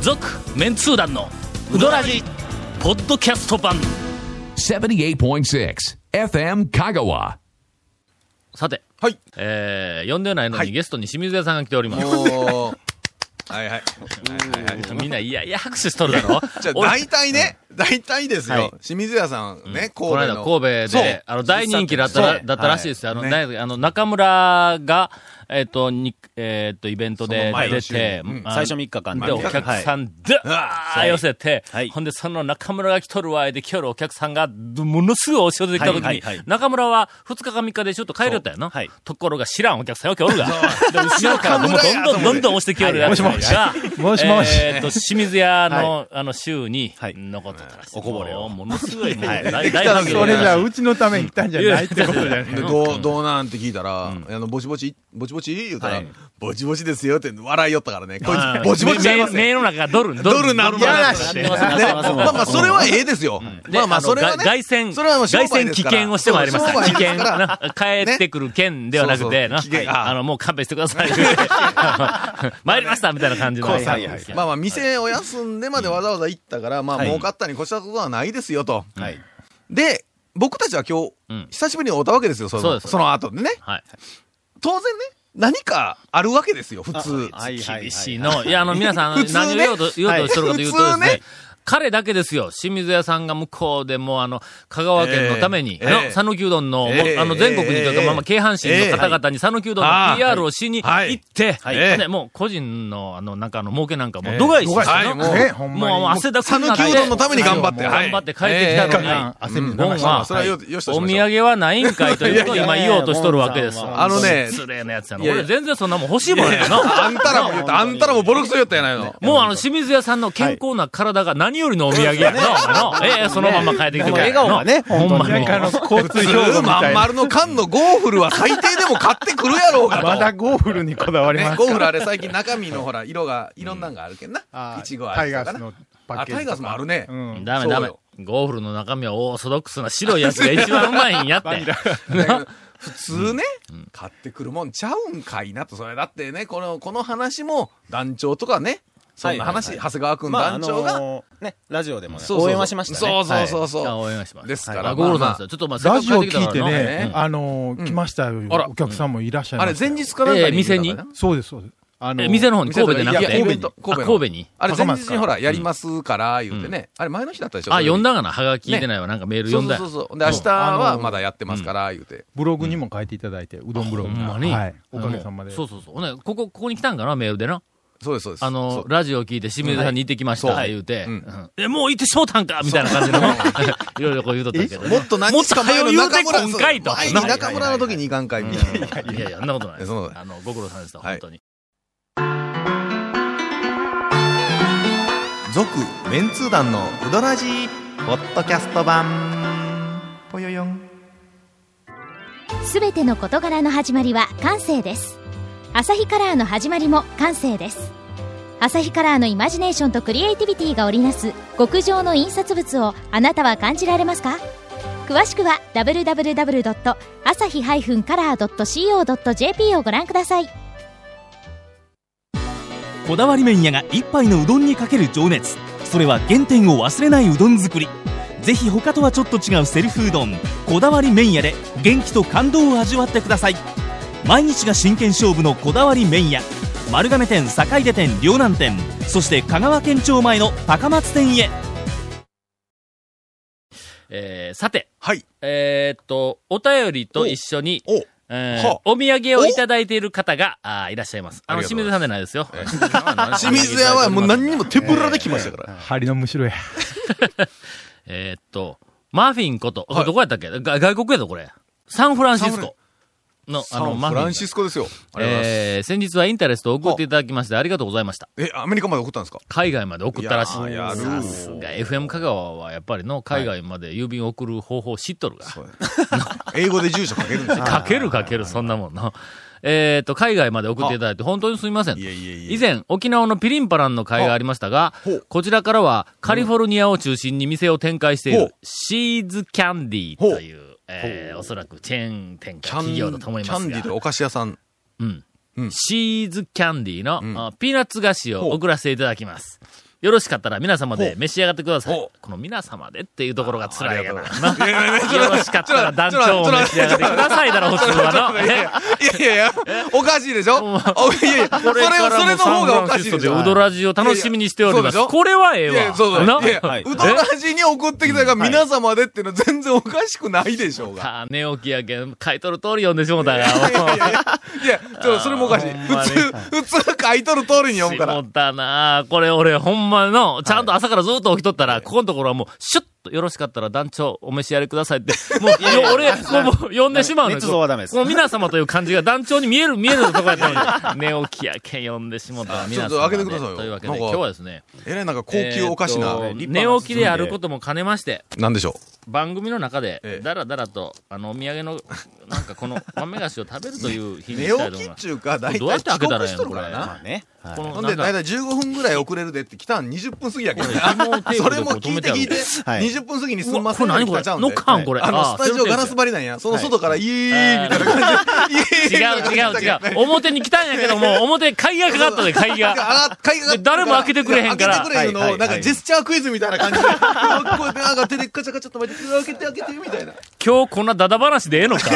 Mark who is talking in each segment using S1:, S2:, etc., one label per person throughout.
S1: 続メンツー団のウドラジポッドキャスト版
S2: 78.6 FM Kagawa.
S1: さて、
S3: はい。
S1: えー、呼んでないのにゲストに清水屋さんが来ております、
S3: おーはいはい。
S1: みんないやいや拍手しとるだろ
S3: じゃあ、
S1: 俺
S3: 大体ね、大体ですよ。
S1: はい
S3: 清水屋さんね、神戸の。
S1: この間、神戸で、あの、大人気だった
S3: そ
S1: ら、
S3: う
S1: だったらしいですよ。あ
S3: は
S1: の、
S3: ね
S1: 大あの、中村が、えっと、に、えっと、イベントで
S3: その
S1: 出
S3: 前週
S1: て、
S3: うん
S1: あの
S4: 最初3日間
S1: で、
S4: で。
S1: お客さ
S4: はい
S1: ん、で、あー寄せて
S4: はい、
S1: ほんで、その中村が来とるわいで、今日のお客さんが、ものすごい押し寄せてきた時
S4: はい
S1: に
S4: はいはい、
S1: 中村は2日か3日でちょっと帰るよったやな
S4: そうはい。
S1: ところが知らんお客さんよ、今日おるが。で後ろからもうどんどんどんどん押してきよるやつが。もし
S5: もしもし
S1: えっと、清水屋の、あの、週に
S4: はい、
S1: 残ってたらしい。
S4: おこぼれを
S1: もうものすごい、もう大大
S3: きたら
S1: 反響
S3: そ
S5: そ
S3: れ
S5: れ
S3: じ
S5: じ
S3: ゃあ
S5: ゃあ、うちのために来たんじゃないってことじゃない。
S3: で、どう、どうなんって聞いたら、あの、ぼちぼち、ぼちぼち言うたら、ぼちぼちですよって笑いよったからね。こいつ、ぼちぼちちゃいます
S1: 目
S3: ね。
S1: 目の中がドルン、
S3: ドルになる
S1: ドルにっ
S3: いやらしい
S1: てます
S3: ね
S1: ね
S3: まあまあ、それはええですよ。
S1: で
S3: まあまあ、
S1: の
S3: それはね。
S1: が凱旋、
S3: それはもう商売
S1: 凱
S3: です
S1: 旋棄
S3: から
S1: 権をしてまいりまし
S3: そう
S1: た。危
S3: 商売です
S1: 険
S3: から
S1: な帰ってくる券ではなくて、な
S3: ねそうそう棄
S1: は
S3: 権
S1: い
S3: あー
S1: あの、もう勘弁してくだ さい。言うて参りましたみたいな感じの。
S4: はいはいはい
S1: いや
S3: まあまあ、店を休んでまでわざわざ行ったから、まあ、
S4: はい
S3: 儲かったに越したことはないですよと。
S4: はい。
S3: で、僕たちは今
S1: うん
S3: 日、久しぶりに会ったわけですよ、そ
S1: そう
S3: の
S1: です
S3: その後でね。
S1: はい。
S3: 当然ね、何かあるわけですよ、普通。
S4: はいはいはい
S1: 厳しいの。いや、あの、皆さん
S3: 普、通ね
S1: 何を言おうと、言おうとしてるかというとです
S3: はい普通
S1: ね
S3: ね、
S1: 彼だけですよ。清水屋さんが向こうでもうあの、香川県のために、
S3: ええええ
S1: あの、讃岐うどんの、もう
S3: ええ
S1: あの、全国にというか、
S3: ええ
S1: まあまあ、京阪神の方々に讃岐うどん
S3: あ
S1: の
S3: あ
S1: PR をしに
S3: はい
S1: 行って、
S3: い
S1: で
S3: ええ
S1: もう個人の、あの、なんかあの、儲けなんかもう、度外視して
S3: はい
S1: な
S3: もう
S5: ね、ほんまに。
S1: もう汗だくになって。
S3: 讃岐うどんのために頑張って
S1: もう
S3: はい
S1: 頑張って帰ってきたのに、
S3: ええ
S5: 汗水流
S1: ボン
S5: して
S1: は
S3: それはよよしとし
S1: お
S3: ま
S1: 土
S3: しょう。
S1: 産はないんかいという ことを今
S5: いやいや
S1: 言おうとしとるわけですよ。
S3: あのね
S1: 失礼なやつやない
S3: やいや
S1: 俺全然そんなもん欲しいもんやけどな。
S3: あんたらも言った、あんたらもボロクソ言ったやないの。
S1: もうあの、清水屋さんの健康な体が何よりのお土産やな、お前 な。ええ、そのまま帰ってきてくれ。
S4: 笑顔がね、
S1: ほんま
S5: な
S1: に
S5: ん。かあの、交通
S3: 普
S5: 標
S3: 通
S5: 語み
S3: ま
S5: た
S3: ん
S5: いな。
S3: 丸の缶のゴーフルは最低でも買ってくるやろうがと。
S5: まだゴーフルにこだわり
S3: ね
S5: ま、す
S3: ゴーフルあれ最近中身のほら、色が、いろんなんがあるけんな。
S5: か
S3: いちごあ
S5: タイ
S3: れとか
S5: ガ
S3: な
S5: ースのパッケー
S3: あタ
S5: ジとか。
S3: イガースもあるね
S5: うん。
S1: ダメ
S3: そう
S1: ダ
S3: よ
S1: メ。ゴーフルの中身はオーソドックスな白いやつが一番うまいんやって。
S3: 普通ね、買ってくるもんちゃうんかいなと。それだってね、この、この話も団長とかね、そんな話、
S4: はいはいは
S3: 長
S4: い
S3: 谷川くん
S4: まあ、あ
S3: 団
S4: の
S3: 長が、
S4: ー、ね、ラジオでもね
S3: そうそうそう
S4: 応援はしました ね。
S3: そうそう
S4: は
S3: そうそう。
S1: 応援します。
S3: ですから
S1: はいあゴールドさん
S3: まあ
S1: ですよ。ちょっとまあ、せっか
S5: ラ
S1: く
S5: ジ
S1: 帰っ
S5: オ
S1: てきた
S5: 聞いて
S1: からな
S5: ね、あのー、来ましたよ
S3: あら。
S5: お客さんもいらっしゃいま
S3: あ
S5: す。
S3: れ前日かなんか
S1: ええ
S3: に行っ
S1: 店
S3: たか
S1: に
S3: な
S5: そうです、そうです。あの
S1: え、店の方に神戸でなく
S3: いや
S1: て。
S3: 神戸に神戸
S1: あ
S3: の
S1: 神戸に。
S3: あれ
S5: 高
S3: 前
S5: 松
S3: 日にほら、やりますから、言うてね。あれ前の日だったでしょ
S1: あ、呼ん
S3: だ
S1: だがな。はがき聞いてないわ。なんかメール
S3: そ
S1: 読
S3: うんそ
S1: だ
S3: う
S1: よ。
S3: そうそう。で、明日はまだやってますから、言うて。
S5: ブログにも書いていただいて、うどんブロ
S1: ほ
S5: グ
S1: ん
S5: に。
S1: まに。
S5: はい。おかげさまで。
S1: そうそうそう。ほんでここ、ここに来たんかな、メールでな。
S3: そうです、そうです。
S1: あ
S3: そう
S1: の、ラジオ聞いて清水さんに行ってきました、
S3: はい
S1: 言うて、
S3: うん
S1: うんえ、もう行ってしもうたんかみたいな感じの、 いろいろこう言うとったけどね。
S3: もっと何
S1: もっ
S3: 日
S1: と
S3: か前
S1: 早
S3: の
S1: う言うて
S3: 中村
S1: こんかいと。
S3: 前に
S1: な
S3: 中村の時に行かんかいみたいな。
S1: いやいや、そんなことないです
S3: そんなことな
S1: あの、ご苦労さんでした、
S3: は
S1: 本
S3: い
S1: 当に。
S3: 続、メンツー団のうどらじポッドキャスト版。ぽよよん。
S6: すべての事柄の始まりは感性ですアサヒカラーの始まりも感性ですアサヒカラーのイマジネーションとクリエイティビティが織りなす極上の印刷物をあなたは感じられますか詳しくは www.asahi-color.co.jp をご覧ください
S7: こだわり麺屋が一杯のうどんにかける情熱それは原点を忘れないうどん作りぜひ他とはちょっと違うセルフうどんこだわり麺屋で元気と感動を味わってください毎日が真剣勝負のこだわり麺屋丸亀店坂出店龍南店そして香川県庁前の高松店へ
S1: えー、さて、
S3: はい。
S1: えーっと、お便りと一緒に、
S3: お
S1: え
S3: はあ
S1: ー、お土産をいただいている方が、あーいらっしゃいます。あの、
S3: ありがと
S1: 清
S3: う
S1: 水
S3: ござ
S1: さんじ
S3: い
S1: ゃないですよ。
S3: 清水屋はもう何にも手ぶらで来ましたから。
S5: 針のむしろや。
S1: えーっと、マフィンこと、これ
S3: はい
S1: どこやったっけが外国やぞ、これ。サンフランシスコの、あ
S3: あ
S1: の、
S3: の
S1: マ
S3: フ
S1: フィン
S3: ラ
S1: が
S3: ン。シスコですよ。ありがとうござい
S1: えー、先日はインタレストを送っていただきましてありがとうございました。
S3: ます。え、アメリカまで送ったんですか
S1: 海外まで送ったらしい。
S3: いやーやる
S1: さすが FM 香川はやっぱりの、海外まで郵便送る方法知っとるが。
S3: 英語で住所書けるんですよ。
S1: かけるかける、そんなもんな。えっと、海外まで送っていただいて本当にすみません。
S3: いえいえいえ
S1: 以前、沖縄のピリンパランの会がありましたが
S3: ほう、
S1: こちらからはカリフォルニアを中心に店を展開してい
S3: ほ
S1: る
S3: う
S1: シーズキャンディーという、えーおそらくチェーン展開
S3: キャン
S1: 企業だと思います
S3: キャンディー
S1: が
S3: という。お菓子屋さ ん。
S1: うん
S3: うん
S1: シーズキャンディーの、あピーナッツ菓子を送らせていただきます。よろしかったら皆様で召し上がってくださ
S3: ほ。
S1: いうこの皆様でっていうところが辛いやな。よ
S3: いやいやいやちょっと
S1: ろしかったら団長を
S3: ちょっと
S1: 召し上がってくださいだろ、普通はの。
S3: いや
S1: え
S3: いやいやいや、おかしいでしょ
S1: ほんま
S3: おいやいや、それ、それの方がおかしいでし
S1: で
S3: ょ
S1: ウドラジを楽しみにしております。
S3: いやいやそうでしょ
S1: これはええ
S3: いや
S1: わ。
S3: そうそう。い
S1: な
S3: や、
S1: はいう
S3: どらじに送ってきたが、皆様でっていうのは全然おかしくないでしょうが。
S1: さあ、寝起きやけん、書いとる通り読んでしもうたが。
S3: いや、ちょっとそれもおかしい。
S1: あー
S3: 普通、普通書いとる通りに読むから。
S1: しもたなこれ俺、ほんまの、ちゃんと朝からずっと起きとったら、ここのところはもう、シュッと、よろしかったら団長、お召し上がりくださいって、もう、よ俺、もう、呼んでしまうの
S4: 捏造はダメです
S1: この皆様という感じが団長に見える、見えるとこや ったのに、寝起きやけん呼んでしもたわ
S3: あ
S1: 皆様
S3: ちょっと開けてくださいよ
S1: ねというわけで、
S3: なんか
S1: 今日はですね、
S3: えらいなんか高級おかしな
S1: えー。と
S4: 立
S1: 寝
S4: 派な
S1: 起きであることも兼ねまして、
S3: なんでしょ
S1: 番組の中で
S3: え、え
S1: だらだらと、あの、お土産 の、なんかこの、豆菓子を食べるという日
S3: う。
S1: に
S3: 寝
S1: したいと思
S3: 起
S1: い
S3: きっ
S1: ます。
S3: ちゅうか、だい
S1: どうや
S3: たい
S1: って開け
S3: 遅
S1: たらえ
S3: 刻
S1: え
S3: し
S1: の
S3: とるから
S4: ま
S3: な
S4: あ。ね。はい
S1: この
S3: ほんで、だいたい15分ぐらい遅れるでって来たん20分過ぎやけどね。それも聞いて聞いて、
S4: はい
S3: 20分過ぎにす
S1: うん
S3: ま
S1: わこ
S3: せん
S1: れ何
S3: って来
S1: こ
S3: た
S1: れ
S3: ちゃうん
S1: ノ
S3: で
S1: ッ。カンこれ。
S3: あの、
S1: あー
S3: スタジオガラス張りなんや。その外から、イエーイみたいな感じで。イエ
S1: 違
S3: ーイみた
S1: う
S3: いな
S1: 違
S3: 感
S1: う
S3: じ
S1: 違う。表に来たんやけども、表鍵がかか ったで、鍵
S3: なんか
S1: が。
S3: あら会議が
S1: で誰も開けてくれへんから
S3: 開けてくれへんの
S4: はいは
S3: を、
S4: い
S3: なんかジェスチャークイズみたいな感じで、こうやってなんか手でカチャカチャっと巻いて、開けて開けてみたいな。
S1: 今日こんなダダ話でええのか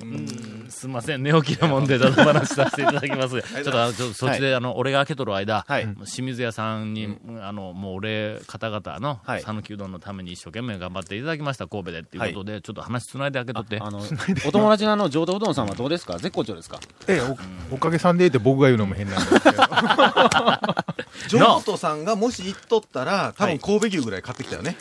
S1: うんすんません、寝起きなもんでダダ話させていただきます。ちょっとあの、ちょっとそっちで、あの、俺が開けとる間、
S4: はい
S1: 清水屋さんに、あの、もう俺、方々の
S4: は、い
S1: 讃岐うどんのために一生懸命頑張っていただきました、神戸でっていうことで、ちょっと話つないで開けとって。
S4: あの、 お友達のあの、浄土うどんさんはどうですか絶好調ですか
S5: えおおかげさんでって僕が言うのも変なんですけど
S3: ジョートさんがもし行っとったら、多分神戸牛ぐらい買ってきたよね。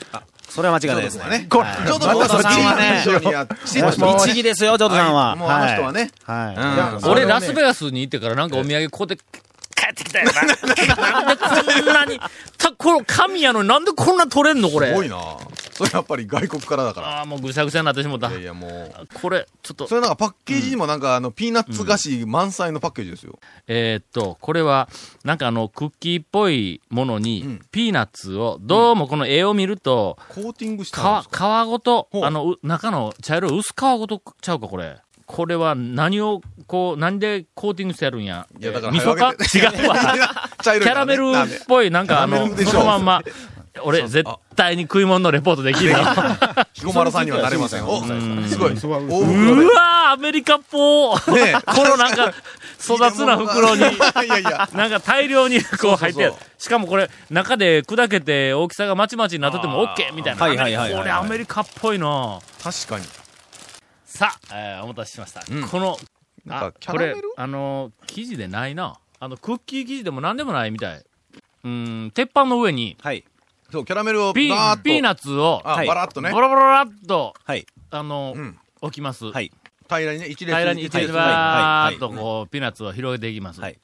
S4: それは間違い
S3: ジョ
S4: ない
S3: ー
S4: で
S3: トさ
S4: す
S3: ん
S4: ね。
S3: はね。
S5: これ
S3: ジョートさん
S4: ジョートさんはね
S3: 一緒にやっ
S5: もしも
S4: 一義ですよ、浄土さんは。
S3: もうあの人はね。
S4: はい。
S3: うん
S4: いや
S5: それ
S1: 俺、
S5: はね
S1: ラスベガスに行ってからなんかお土産ここで帰ってきたよな。なんでこんなに、た、この神やのになんでこんな取れんのこれ。
S3: すごいなそれやっぱり外国からだか
S1: ああ、もうぐしゃぐしゃになってしもた
S3: ら。い。やいやもう。
S1: これ、ちょっと
S3: そ、れなんかパッケージにもなんかあの、ピーナッツ菓子満載のパッケージですよ。
S1: えーっと、これは、なんかあの、クッキーっぽいもの
S3: う
S1: に
S3: ん、
S1: ピーナッツを、どうもこの絵を見ると、
S3: コーティングし
S1: 皮、
S3: たんです
S1: 皮
S3: か
S1: ごと、
S3: ほう
S1: あの、う中の茶色い薄皮ごとちゃうか、これ。これは何を、こう、何でコーティングしてやるんや。
S3: いやだから
S1: 味噌か
S3: 早上げて
S1: 違うわ。
S3: 茶色い
S1: キャ
S3: から
S1: ラ
S3: ね
S1: メルっぽい、なんかあ
S3: キャラ
S1: の
S3: メルで、しょ
S1: そのまんま。俺、絶対に食い物のレポートできるな。
S3: 彦摩呂さんにはなれません。おすごい。
S5: そばう
S3: 大
S1: う
S3: 袋で。
S1: わー、アメリカっぽ ー。
S3: ねえ
S1: このなんか、育つな袋に、
S3: いやいや。
S1: なんか大量にこう入って
S3: そうそう
S1: る
S3: そ。
S1: しかもこれ、中で砕けて大きさがまちまちになってても OK みたいな。
S4: はいはいはいはい
S1: これアメリカっぽいな
S3: 確かに。
S1: さあ、えーお待たせしました。
S3: うん
S1: この、
S3: なん
S1: あ
S3: か、キャ
S1: こ
S3: ラメ
S1: れ
S3: ル、
S1: あの、生地でないな。あの、クッキー生地でも何でもないみたい。うーん、鉄板の上に、
S4: はい。
S3: そう、キャラメルを
S1: ピ
S3: バー
S1: ー
S3: ッと。
S1: ピーナッツを、
S3: あ、
S4: はい
S3: バラッとね
S1: ボ。ロボロラッと、
S4: はい。
S1: あの、
S3: うん
S1: 置きます。
S4: はい。
S3: 平らにね、一列
S1: 平らに一列
S4: はいはい
S1: バ
S4: は
S1: ー
S4: い
S1: っとこう、ピーナッツを広げていきます。
S4: はい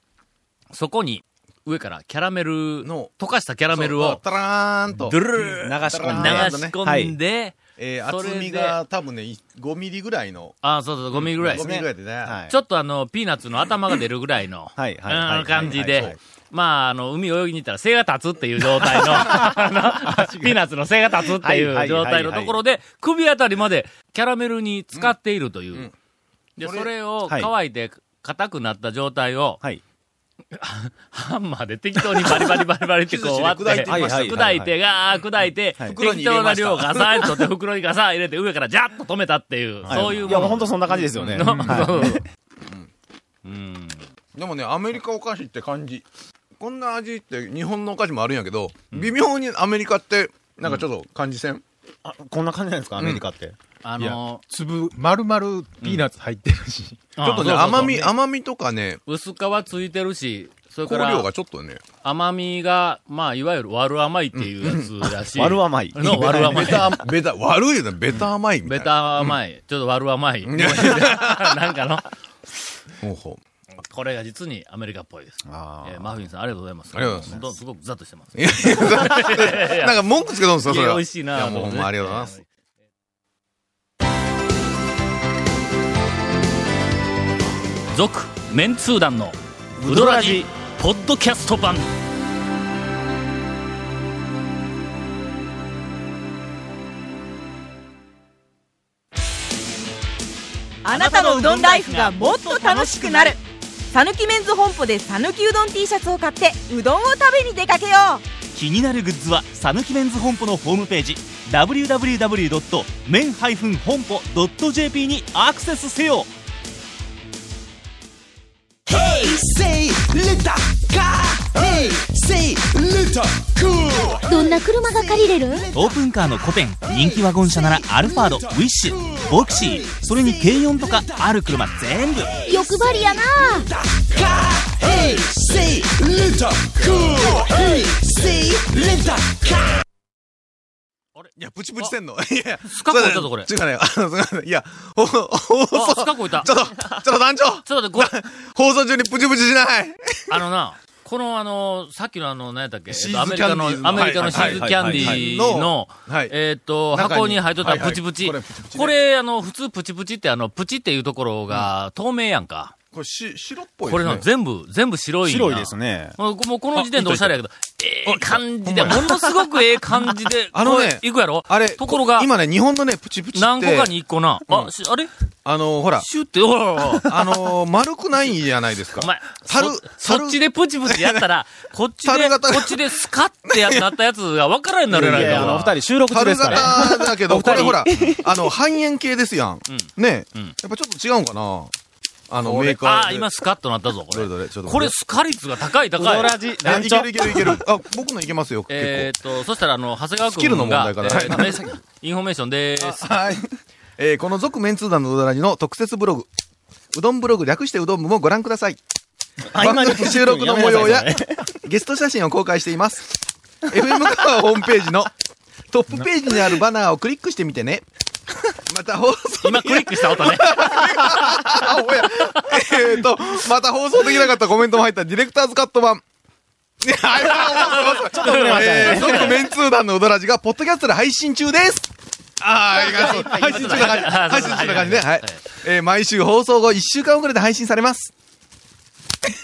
S1: そこに、上からキャラメル
S3: の
S1: 溶かしたキャラメルを、
S3: タラーンと。
S1: ドゥル
S4: 流
S1: ルー
S4: し
S1: 流
S4: 込んで。
S1: し込んで、
S3: えー、
S1: それで
S3: 厚みが多分ね、い5ミリぐらいの。
S1: あそうそう、5ミリぐらい
S3: 5。ミリぐらいでね。
S4: はい。
S1: ちょっとあの、ピーナッツの頭が出るぐらいの、
S4: はいはいはい
S1: うん感じ
S4: はい
S1: で、まあ、あの、海泳ぎに行ったら背が立つっていう状態の、 あのピーナッツの背が立つっていう状態のところで、首あたりまでキャラメルに使っているという。
S3: ん
S1: で、
S3: これ
S1: それを
S4: はい
S1: 乾いて硬くなった状態を、
S4: はい。
S1: ハンマーで適当にバリバリバリバリって こう割って、
S3: 崩しで砕いてみました
S4: はいはいは
S1: 砕
S4: い
S1: いて、ガーッ砕いて、
S4: はい
S3: 袋
S1: 適
S3: に入
S1: 当
S3: れ
S1: な
S3: ました
S1: 量ガサーッと取って袋にガサーッ入れて上からジャッと止めたっていう、そういう
S4: い
S1: も
S4: や、もう
S1: の
S4: 本当そんな感じですよね。
S1: の
S4: はい
S1: うん
S3: でもね、アメリカお菓子って感じ。こんな味って日本のお菓子もあるんやけど、微妙にアメリカって、なんかちょっと感じせん、
S4: あこんな感じなんですかアメリカって。
S1: あ
S5: いや
S1: の、
S5: 粒丸々ピーナッツ入ってるし、
S1: ちょ
S3: ちょっとね、甘み、甘みとかね、
S1: 薄皮ついてるし、それか
S3: 香
S1: ら
S3: 料がちょっとね、
S1: 甘みが、まあ、いわゆる悪甘いっていうやつらしい。
S4: 悪甘 い。
S1: の悪甘い
S3: ベ。タ、 ベタ、悪いよね、ベタ甘いみた
S1: ベ
S3: いな。
S1: タ甘い。ちょっと悪甘 い。なんかの、
S3: ほうほう
S1: これが実にアメリカっぽいです。
S4: あ
S1: えーマフィンさん、ありがとうございます。
S3: ありがとうございます
S1: どんすごくザッとしてます。
S3: いやい やなんか文句つけたんですか、それ
S1: いや
S3: は。
S1: 美味しいな
S3: や、もうほんまありがとうございます。。
S1: 続、メンツー団の、ウドラジ、ポッドキャスト版。
S8: あなたのうどんライフがもっと楽しくなるさぬきメンズ本舗でさぬきうどん T シャツを買ってうどんを食べに出かけよう
S7: 気になるグッズはさぬきメンズ本舗のホームページ www.men-honpo.jp にアクセスせよ
S6: どんな車が借りれる
S7: オープンカーの古典人気ワゴン車ならアルファードウィッシュボクシーそれに軽4とかある車全部
S6: 欲張りやな
S3: いや、プチプチせんの。いや、
S1: スカッと置いたぞこれ
S3: ちょっとね、あの、すいません。いや、ほ、放
S1: あ、スカ
S3: 送。
S1: ッこいた。
S3: ち
S1: ち
S3: ょ
S1: ょ
S3: っと、ちょっと団長
S1: っと待って、こ
S3: 放送中にプチプチしない
S1: あのな、このあの、さっきのあの、何やったっけ、えっ
S3: シ
S1: と
S3: ーズ
S1: アメリカの、
S3: キャンディーズの
S1: アメリカのシーズキャンディーの
S3: はいはいはいはいはいはいはい、
S1: えっと、
S3: 中に
S1: 箱に入っとった
S3: はいは
S1: ら
S3: い
S1: プチプチ
S3: これプチプチ。ね
S1: これ、あの、普通プチプチって、あの、プチっていうところが透明やんか。
S3: これ、し、白っぽい
S1: これの全部、全部白いんや。
S4: 白いですね。
S1: もう。もうこの時点でおしゃれやけど、ええ感じで、
S3: ほん
S1: も
S3: ま
S1: のすごくええ感じで、
S3: あのね
S1: これいくやろ
S3: あれ、
S1: ところが、
S3: 今ね、日本のね、プチプチって。
S1: 何個かに一個な。あ、しあれ
S3: あの、ほら、
S1: シュって、おらおらおら
S3: あのー、丸くないじゃないですか。
S1: お前、
S3: 樽
S1: そ、そっちでプチプチやった ら、こっちで、
S3: 樽
S1: こ
S3: 型が
S1: っちでスカッてやったったやつが分からんようになるや
S4: い
S1: ない
S4: やあの、お
S1: か。
S4: 二人収録中
S3: 樽
S4: ですから。
S3: 型だけど、
S4: お二
S3: これ
S4: 人
S3: ほ ら、あの、半円形ですやん。ねえ、
S1: うん
S3: やっぱちょっと違うんかなあの、メーカーで。
S1: ああ、今スカッとなったぞ、こ
S3: どれ
S1: れ。
S3: どれ、ちょっと
S1: これ、
S3: 待
S1: スカ率が高い高い。
S3: って。えいけるいけるいける。あ、僕のいけますよ、
S1: え
S3: 結
S1: ーっと、そしたら、あの、長谷川君が。
S3: スキルの問題から
S1: えーメッセインフォメーションでーす。
S3: 構。はい。えーこの続メンツー団のうどらじの特設ブログ、うどんブログ略してうどん部もご覧ください。番組収録の模様や、ゲスト写真を公開しています。FM カーホームページのトップページにあるバナーをクリックしてみてね。また放送
S1: 今クリックした音ね。
S3: あ、おや。えーと、また放送できなかったコメントも入ったディレクターズカット版。 いやあれはちょっと遅れましたね。続メンツー団のうどらじが、ポッドキャストで配信中です。ああ、ありがとう。配信中な感じ。
S1: あ
S3: 配信中な感じね。はい。えー毎週放送後1週間遅れで配信され ます。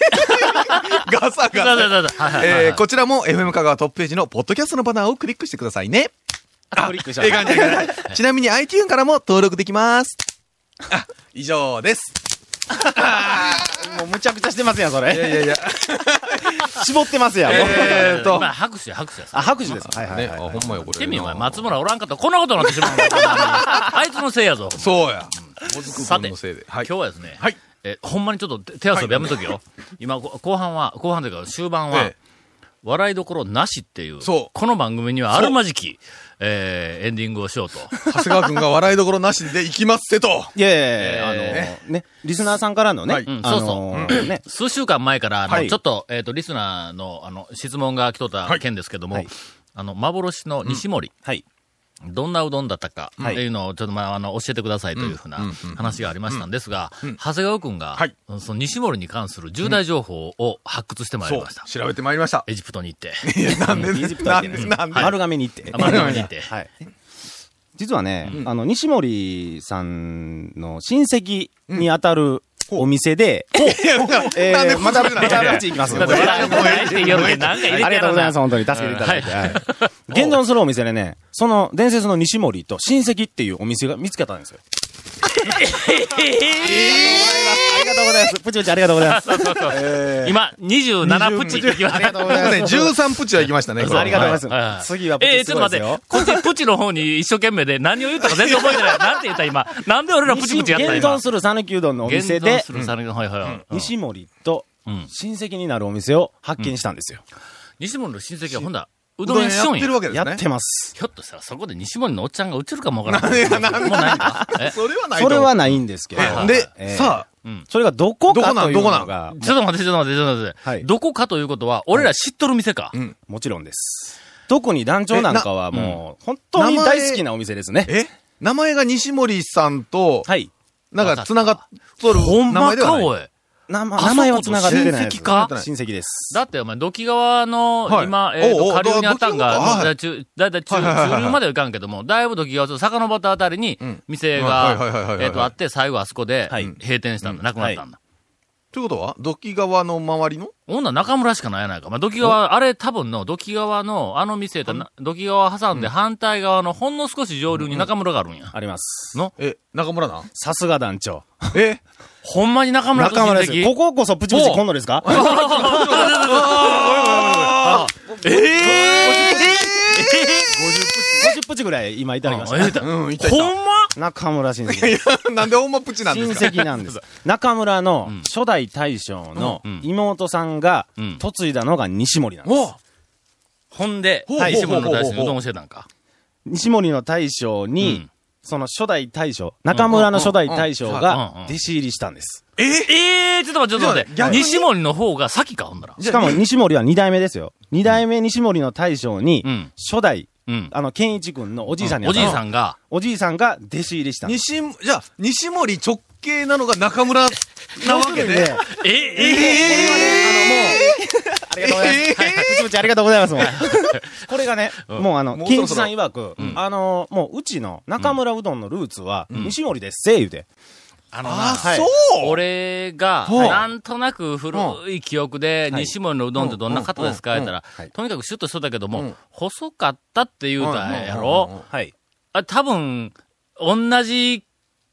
S1: そうそうそうそうはいはいはい
S3: ガサガサ。え
S1: は
S3: ー
S1: い
S3: こちらも FM 香川トップページのポッドキャストのバナーをクリックしてくださいね。
S4: クリックし
S3: ええ感じええ感 じちなみに iTune からも登録できます。あ以上です。
S4: もうむちゃくちゃしてますやん、そ
S3: いや
S4: れ。
S3: いやいや。
S4: 絞ってますやん。もう
S3: えーっと
S1: 今、。拍手や拍手やさ。
S4: あ、拍手ですか。はいはい
S3: ね、
S4: は
S3: あ、
S4: い。
S3: ほんまよ、これ。
S1: てみ、お前、松村おらんかったらこんなことになってしま うのあいつのせいやぞ。
S3: そうや。もずく
S1: さ
S3: 君
S1: て、
S3: のせいで。
S1: 今日はですね、
S3: はい
S1: えほんまにちょっと手手遊びやめとけよ。今、ご後半は、後半というか終盤は、
S3: ええ
S1: 笑いどころなしっていう、
S3: そう
S1: この番組にはあるまじき、えーエンディングをしようと。
S3: 長谷川君が笑いどころなしで行きますせと。
S4: いやいやいや、あ
S3: え
S4: の、ね、リスナーさんからのね、
S3: はい
S1: うん
S4: あのね、
S1: 数週間前から、あの
S4: はい
S1: ちょっと、えっ、と、リスナーの、あの、質問が来とった件ですけども、
S4: はい
S1: あの、幻の西森、
S4: はい。
S1: どんなうどんだったか、
S4: はい
S1: っていうのを、ちょっと、まあ、あの、教えてくださいというふうな話がありましたんですが、長谷川君が、
S3: はい
S1: その西森に関する重大情報を発掘してまいり
S3: そう
S1: ました。。
S3: 調べてまいりました。
S1: エジプトに行って。
S3: いや、なんで、
S4: エジプト行
S3: な
S4: って
S3: ん
S4: ね
S3: で、なんで。
S4: 丸亀に行って。
S1: あ丸亀に行って
S4: はい。実はね、あの、西森さんの親戚に当たるお店で、
S3: いやなんで
S4: え
S3: なんで
S4: ー、また、ま
S3: これ
S4: た口行きますよ。これ
S1: 笑いもないって言うけど、なんか入れてや
S4: ありがと
S1: ら
S4: うございま
S1: な
S4: す、本当に。助けていただいて。はい現存するお店でね、その伝説の西森と親戚っていうお店が見つけたんですよ。ありがとうございます。プチプチありがとうございます。
S1: 今、27プチってきました。
S3: ね、13プチは行きましたね、これ
S4: ありがとうござい
S1: はいは
S4: ま
S1: い
S4: す。次はプ
S1: ええち
S4: チす
S1: ょっと
S4: ご
S1: 待
S4: いで
S1: っ
S4: す
S1: て
S4: よ。、
S1: こっち、プチの方に一生懸命で何を言ったか全然覚えてない。なんて言った今。なんで俺らプチプチやった
S4: 現
S1: 今。
S4: 存する讃岐うどんのお店で
S1: 現存、するさぬはいはいはい。
S4: 西森と
S1: うん
S4: 親戚になるお店を発見したんですよ。
S1: 西森の親戚はほんだ、う
S3: う
S1: ど
S3: ど
S1: ん
S3: ん
S1: 屋
S3: 屋
S1: し
S3: や
S1: と
S3: っ
S1: ん
S3: て
S1: や。
S3: るわけです
S4: や
S3: ね
S4: って。ます。
S1: ひょっとしたらそこで西森のおっちゃんが映るかもわからない。もうないんか。え
S3: それはないと
S4: それ
S3: 思う
S4: はないんですけど。え
S3: で、
S4: え
S3: さあ、
S4: それがどこ
S3: ど
S4: か
S3: こなん
S4: という
S3: ど
S4: の
S3: こな
S4: が、
S1: ちょっと待って、ちょっと待って、ちょっと待って。
S4: はい
S1: どこかということは、俺ら知っとる店か。
S4: もちろんです。特に団長なんかはもう、本当に大好きなお店ですね。
S3: え名前が西森さんと、
S4: はい。
S3: なんか繋がっとる
S1: ほん
S3: 名
S1: ま
S3: 前では
S1: か、
S3: ない。
S1: おい。
S4: 名前名前は繋がってないです。
S1: 親戚か
S4: 親戚です。
S1: だってお前、土器川の、
S3: はい
S1: 今、えっ、
S3: おう
S1: と、
S3: おう
S1: 下流にあったんが、
S3: どど
S1: もうだい中、だいたい中、
S3: はいはいはいはい
S1: 中流まではいかんけども、だいぶ土器川と坂の端あたりに
S3: ん、
S1: 店
S3: はいはいはいはい
S1: が
S3: は、い
S1: えっと、あって、最後あそこで
S4: はい、
S1: 閉店したんだ、なくなったんだ。
S3: ということは、土器川の周りの
S1: 女中村しかないやないか。まあ、土器川、あれ多分の、土器川の、あの店とな、土器川挟んで反対側のほんの少し上流に中村があるんや。
S4: あります。
S1: の
S3: え、中村なん
S4: さすが団長。
S3: え
S1: ほんまに中村と
S4: 中村です
S1: 親戚
S4: よ。こここそプチプチ今度ですか50プチぐらい今いただきました。
S3: うん、いたい
S1: ほんま
S4: 中村親戚。
S3: た。なんでほんまプチなん
S4: 親
S3: ですか
S4: 戚なんです。中村の
S1: うん
S4: 初代大将の
S1: うん
S4: 妹さんが
S1: うん
S4: 嫁いだのが西森なんです。
S3: おう
S1: ほんで、
S3: ほうほうほうほう
S1: 西村の大将にうどんしてたんか。
S4: 西森の大将に、
S1: うん
S4: その初代大将、中村の初代大将
S1: うんうんうん
S4: が弟子入りしたんです。
S1: ええー、ちょっと待って、ちょっと待っ
S3: じゃあ
S1: て。
S3: 逆に
S1: 西森の方が先か、ほんなら。
S4: しかも西森は二代目ですよ。二代目西森の大将に
S1: うん、
S4: 初代、
S1: うん。
S4: あの、健一君のおじいさんに
S1: おじいさ
S4: ん。
S1: んが、
S4: おじいさんが弟子入りしたんです。
S3: 西、じゃあ、西森直系なのが中 村なわけで。
S1: え、え、え、
S4: ありがとうございます。はいはい。プチプチありがとうございますもう。 これがね、もうあの、
S3: もうそ
S4: 金
S3: ろ
S4: 一
S3: そろ
S4: さん曰く、あの、もううちの中村うどんのルーツは、西森です、せいゆで。
S1: あのな
S3: あ、、そう
S1: 俺が、
S3: ほう
S1: なんとなく古い記憶で、
S4: はい
S1: 西森のうどんってどんな方ですか
S3: うん
S1: 言ったら
S4: うんはい、
S1: とにかくシュッとしとったけど
S3: う
S1: も
S3: ん、
S1: 細かったって言うたんやろ
S4: はい。
S1: あ多分、同じ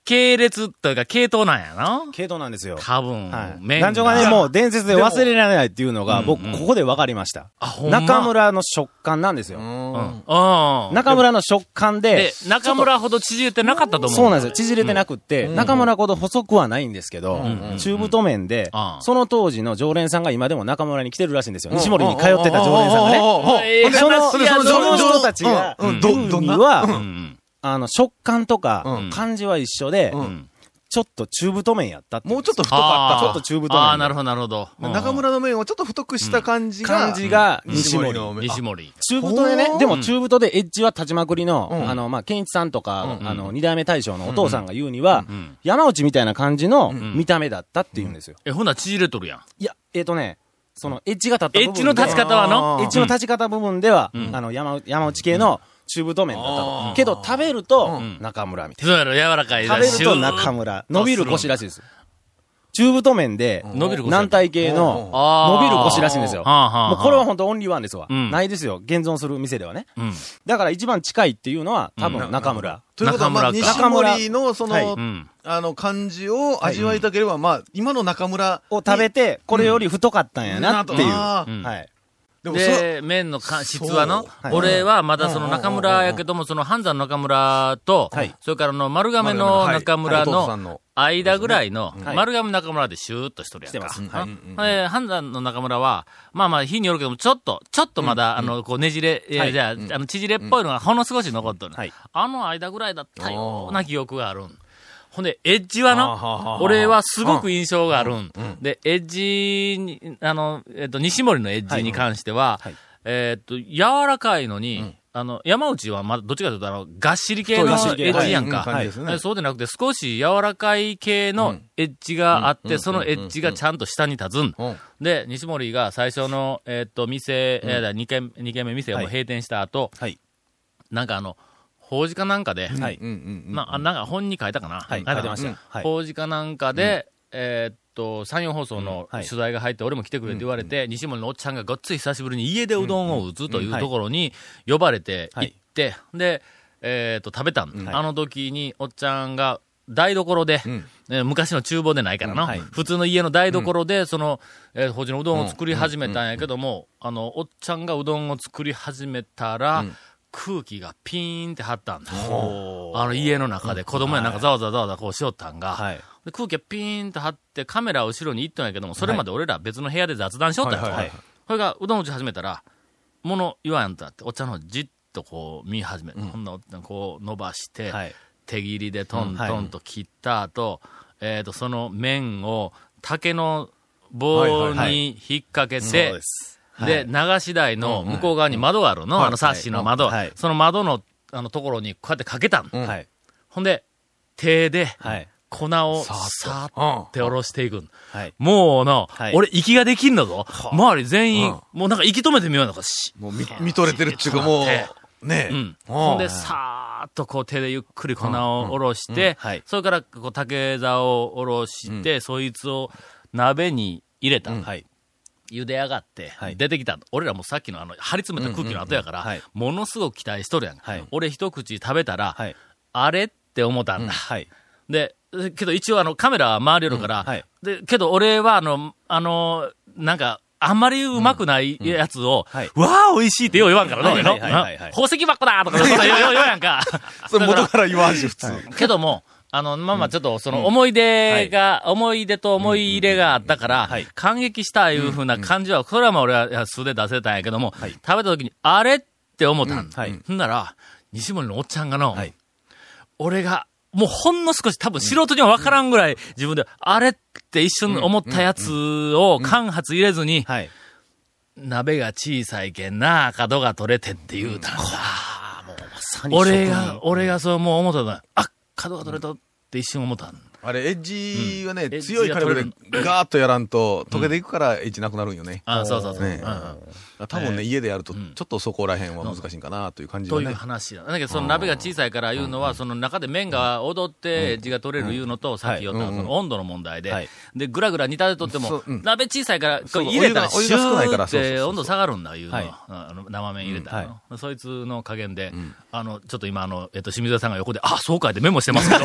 S1: 系列というか系統なんやな。
S4: けどなんですよ。
S1: 多分、
S4: はい。
S1: 麺
S4: 団長がね、もう伝説で忘れられないっていうのが、
S1: でも
S4: 僕、ここで分かりました。
S1: あほんま
S4: 中村の食感なんですよ。
S1: うん。うん。
S4: 中村の食感で
S1: で、、中村ほど縮れてなかったと思う。
S4: そうなんですよ。縮れてなくって、
S3: うん
S4: 中村ほど細くはないんですけど、
S1: ん
S4: 中太麺で
S1: あ、あ
S4: その当時の常連さんが今でも中村に来てるらしいんですよ。西森に通ってた常連さんがね。
S1: ええ
S4: その、そ
S1: 話や
S4: の
S1: ぞ
S4: その人たちが、
S3: うんうんど
S4: ど
S3: どんな
S1: う
S4: は、
S1: ん。
S4: あの、食感とか
S1: うん、
S4: 感じは一緒で
S1: う、ん。
S4: ちょっと中太麺やったっていう
S3: もうちょっと太
S1: あ
S3: か
S1: あ
S3: っ
S4: ちょっと中太麺
S1: ああ、なるほど、なるほど。う
S3: た。
S1: ん
S3: 中。村の面をちょっと太くした感じが。
S4: 感じが
S3: うん
S4: 西森。
S3: の面。
S1: 西森。
S4: 中太で
S3: ほ
S4: ね
S3: う、
S4: でも中太でエッジは立ちまくりの、
S3: うん
S4: あの、まあ、健一さんとか、
S1: うん
S4: あの、二代目大将のお父さんが言うには、
S1: うん。
S4: 山内みたいな感じの
S1: ん
S4: 見た目だったって言うんですよ。
S1: え、ほな、縮れとるやん。
S4: いや、えっ、とね、そのエッジが立った部
S1: エ
S4: 分
S1: ッジの立ち方はの
S3: あ
S4: エッジの立ち方部分では、
S1: うん
S4: あの、山、山内系の中太麺だった
S3: う
S4: と
S3: ん。
S4: けど食べると
S1: ん、
S4: 中村みたい
S1: そうやろ、柔らかい
S4: な。
S1: ら
S4: 食べると中。村。伸びる腰らしいです。中太麺で、
S1: 伸びる腰
S4: 軟体系の、
S1: あー
S4: 伸びる腰らしいんですよ。
S1: はあはあはあ
S4: もうこれは本当オンリーワンですわ。
S1: うん
S4: ないですよ。現存する店ではね。
S1: うん。
S4: だから一番近いっていうのは、多分中村。
S3: ということは、まあ、西
S4: 中村か
S3: 森のそ
S4: はい
S3: の
S1: う、ん。
S3: あの、感じを味わいたければ、まあ、今の中村
S4: を食べて、これより太かったんやなっていう。
S3: あ
S1: う
S3: ー
S1: ん
S4: はい。
S3: でも、そう。
S1: で、麺のか質はの
S3: そう、
S4: はい
S1: 俺はまだその中村やけども、その半山の中村と、
S4: はい
S1: それからあの丸亀の中村
S3: はいはいお父さん
S1: の
S3: の
S1: 間ぐらいの、
S4: はい
S1: 丸亀中村でシューッとしとるやんか。
S4: して
S1: うんで半山の中村は、まあまあ、日によるけども、ちょっと、ちょっとまだ、あの、こう、ねじれ、いや
S4: はい
S1: じゃあ、あの、縮れっぽいのがほんの少し残っとる。
S4: はい
S1: あの間ぐらいだったような記憶があるん。ほんで、エッジはな、俺はすごく印象があるん。で、エッジに、あの、えっと、西森のエッジに関しては、
S4: はい
S1: えっと、柔らかいのに、あの、山内はまだ、どっちかというと、あの、がっしり系のエ
S4: そうがっしり系
S1: ッジやん
S3: は
S1: か
S3: いうん。感じですね
S1: えそうでなくて、少し柔らかい系のエッジがあって、そのエッジがちゃんと下に立つん。
S3: うん
S1: で、西森が最初の、えっと、店、えー、2軒、二軒目店をもう閉店した後、
S4: はい。
S1: なんかあの、法事かなんかで、
S4: はい。
S3: うんうんうん
S1: まあ、なんか本に書いたかな。書い
S4: はい。書い
S1: た
S4: て
S1: か
S4: ま
S1: な
S4: した。はい。
S1: 法事かなんかで、えーっと、山陽放送の
S4: うん
S1: 取
S4: はい
S1: 材が入って、俺も来てくれって言われて、西森のおっちゃんがごっつい久しぶりに家でうどんを打つというところに呼ばれて行って、で、えーっと、食べたん、
S4: はい
S1: あの時におっちゃんが台所で、えー昔の厨房でないからな、
S4: うんはい
S1: 普通の家の台所で、その、えー、法事のうどんを作り始めたんやけども、あの、おっちゃんがうどんを作り始めたら、空気がピーンって張ったんだ。あの家の中で子供やなんかざわざわざわざわこうしよったんが、
S4: はい。
S1: で空気がピーンと張ってカメラを後ろに行ったんやけども、それまで俺ら別の部屋で雑談しよったんや、
S3: はいはいはい
S1: それがうどん打ち始めたら、物言わんやんとなって、おっちゃんの方じっとこう見始め、ほんならおっちゃんこう伸ばして、
S4: はい。
S1: 手切りでトン
S4: はい
S1: トンと切った後、えっ、と、その麺を竹の棒
S4: はいはい
S1: に引っ掛けて、
S4: そうです。
S1: で、流し台の向こう側に窓があるの、あのサッシの窓、
S4: はい
S1: その窓のあのところにこうやってかけたの、
S4: はい。
S1: ほんで、手で
S4: はい。
S1: 粉をさーって下ろしていくの
S4: はい。
S1: もうの、
S4: はい
S1: 俺息ができんだぞ。周り全員、もうなんか息止めてみようなんかし。
S3: もう見、見とれてるっていうか、もう、ね
S1: う
S3: え。
S1: ん。ほんで、さーっとこう手でゆっくり粉をおろして、
S4: はい
S1: それからこう竹座をおろして、そいつを鍋に入れた。
S7: はい。
S1: 茹で上がって、
S7: はい
S1: 出てきた。俺らもさっきのあの、張り詰めた空気の後やから、
S7: うんうんうんはい
S1: ものすごく期待しとるやん。
S7: はい
S1: 俺一口食べたら、
S7: はい。
S1: あれって思ったんだ。
S7: はい。
S1: で、えけど一応あのカメラは回りよるから、
S7: うんはい
S1: で、けど俺はあの、あの、なんか、あんまりうまくないやつを、
S7: はい
S1: わあ、美味しいってよう言わんからな、
S7: はい
S1: 俺の
S7: はいはいはいは
S1: な
S7: い
S1: 宝石箱だとか、そん なようよう言わんか。
S3: それ
S1: だから
S3: 元から言わんし、普通。
S1: けども、あの、まあまあちょっと、その思い出が、思い出と思い入れがあったから、
S7: はい
S1: 感激したいうふうな感じは、それはまあ俺はや素で出せたんやけども、食べた時に、あれって思ったんだ。
S7: はい
S1: ほんなら、西森のおっちゃんがの、
S7: はい
S1: 俺が、もうほんの少し多分素人には分からんぐらい自分で、あれって一瞬思ったやつを間髪入れずに、
S7: はい。
S1: 鍋が小さいけんな、角が取れてって言うたんだ。
S7: サ
S1: 俺が、俺がそうもう思ったのは、あ角が取れたって一瞬思ったんだ
S3: あれ、エッジはね、
S1: うん
S3: 強い火力でガーッとやらんと、溶けていくからエッジなくなるんよね。
S1: あそうそうそう。
S3: ね
S1: うんうん
S3: 多分ね、家でやると、ち
S1: ん
S3: ょっとそこら辺は難しいんかなという感じ
S1: と
S3: が
S1: いう
S3: ね。
S1: 話だ。だけど、その鍋が小さいからいうのは、その中で麺が踊って、エッジが取れるいうのと、さっき言った、その温度の問題
S7: は
S1: で
S7: い、
S1: で、ぐらぐら煮立てとって
S3: そ
S1: も
S3: ううん、
S1: 鍋小さいから、こ
S3: そう
S1: う入れたら、
S3: お湯がお湯が少ないから
S1: シューっ
S3: そうそう
S1: て
S3: そう
S1: 温度下がるんだ、いうの
S7: はい
S1: あの。生麺入れたら
S7: うん
S1: の。そいつの加減で、あの、ちょっと今、あの、えっと、清水屋さんが横で、あ、そうかいってメモしてますけど。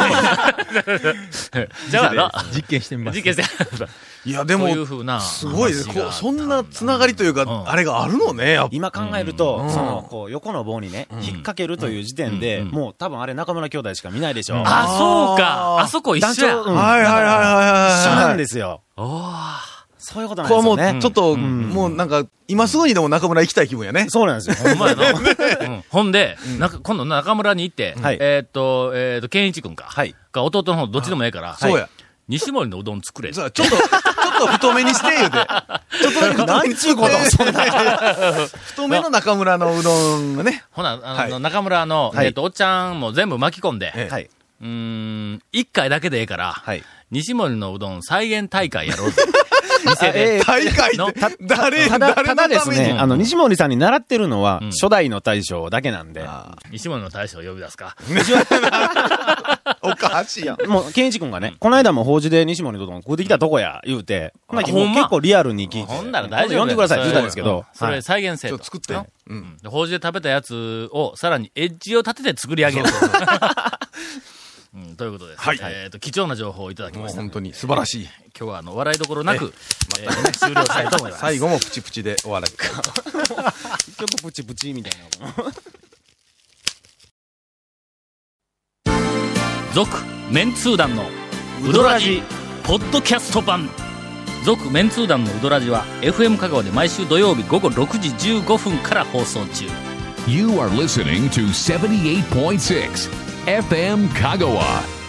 S1: じゃあな、
S5: 実験してみます
S1: 実。験して、
S3: いや、で
S1: と
S3: も
S1: い、うふうな。
S3: すごいです
S1: 話があ
S3: こ
S1: っ
S3: う
S1: た
S3: そんなつながりというか、
S1: ん
S3: あれがあるのね、やっぱ
S4: 今考えると、その、こう、横の棒にね、引っ掛けるという時点で、
S1: うんうん
S4: もう多分あれ中村兄弟しか見ないでしょ。
S1: あ、そうか。あそこ一
S4: 団
S1: 緒や。
S4: 長、うん
S3: はいはいはいは
S4: 一緒
S3: いは
S4: ないん
S3: はい。
S4: ですよ。そういうことなん
S3: これは
S4: です
S3: も
S4: よ
S3: う、
S4: ね。
S3: ちょっと、もうなんか、今すぐにでも中村行きたい気分やね。
S4: そうなんですよ。
S1: ほんまやな。うんほんで、なんか今度中村に行って、
S4: はい
S1: えーっと、えーっと、健一君か。
S4: はい
S1: か弟の方、どっちでもええから、
S3: そうや。
S1: 西森のうどん作れ。
S3: じゃあちょっと、ちょっと太めにし て、言うて。ちょっとだけ太めにして。
S4: なんちゅうこと
S3: んな。 太めの中村のうどんがね。
S1: ほな、あの、
S3: はい
S1: 中村の、
S4: はい
S1: えーっと、おっちゃんも全部巻き込んで、
S3: え
S4: はい。
S1: うーん、一回だけでええから、
S4: はい。
S1: 西森のうどん再現大会やろう ぜ。店
S4: え
S1: で。
S4: ー
S3: 大会
S1: の
S3: って、誰、
S4: ただ、た
S3: 誰
S4: だ
S3: の
S4: で
S3: た
S4: す
S3: めに。
S4: ね、あの、西森さんに習ってるのは
S1: うん、
S4: 初代の大将だけなんで、
S1: 西森の大将呼び出すか。
S3: おか しいやん。
S4: もう、健一君がね、この間も法事で西森のどん食うてきたとこや、言うて、ほな
S1: あほんま
S4: 結構リアルに聞いて、
S1: ほんなら大丈夫や
S4: 呼んでくださいって言ったんですけど、
S1: そ
S4: は
S1: れ
S4: い
S1: 再現せ
S3: ち
S1: え
S3: ょっ
S1: と。
S3: と作って
S1: な。
S3: うん。
S1: で法事で食べたやつを、さらにエッジを立てて作り上げる。 うんということです。
S3: はい
S1: えっ、と、貴重な情報をいただき
S3: も
S1: ま
S3: う
S1: した。今
S3: 本当に素晴らしい。
S1: 日は、あの、笑いどころなく、えー終了したいと思います。
S3: 最後もプチプチで終わられた。
S4: 結局プチプチみたいな。
S1: 続、メンツー団の、ウドラジ、ポッドキャスト版。続、メンツー団のウドラジは、FM 香川で毎週土曜日午後6時15分から放送中。
S2: You are listening to 78.6 FM Kagawa.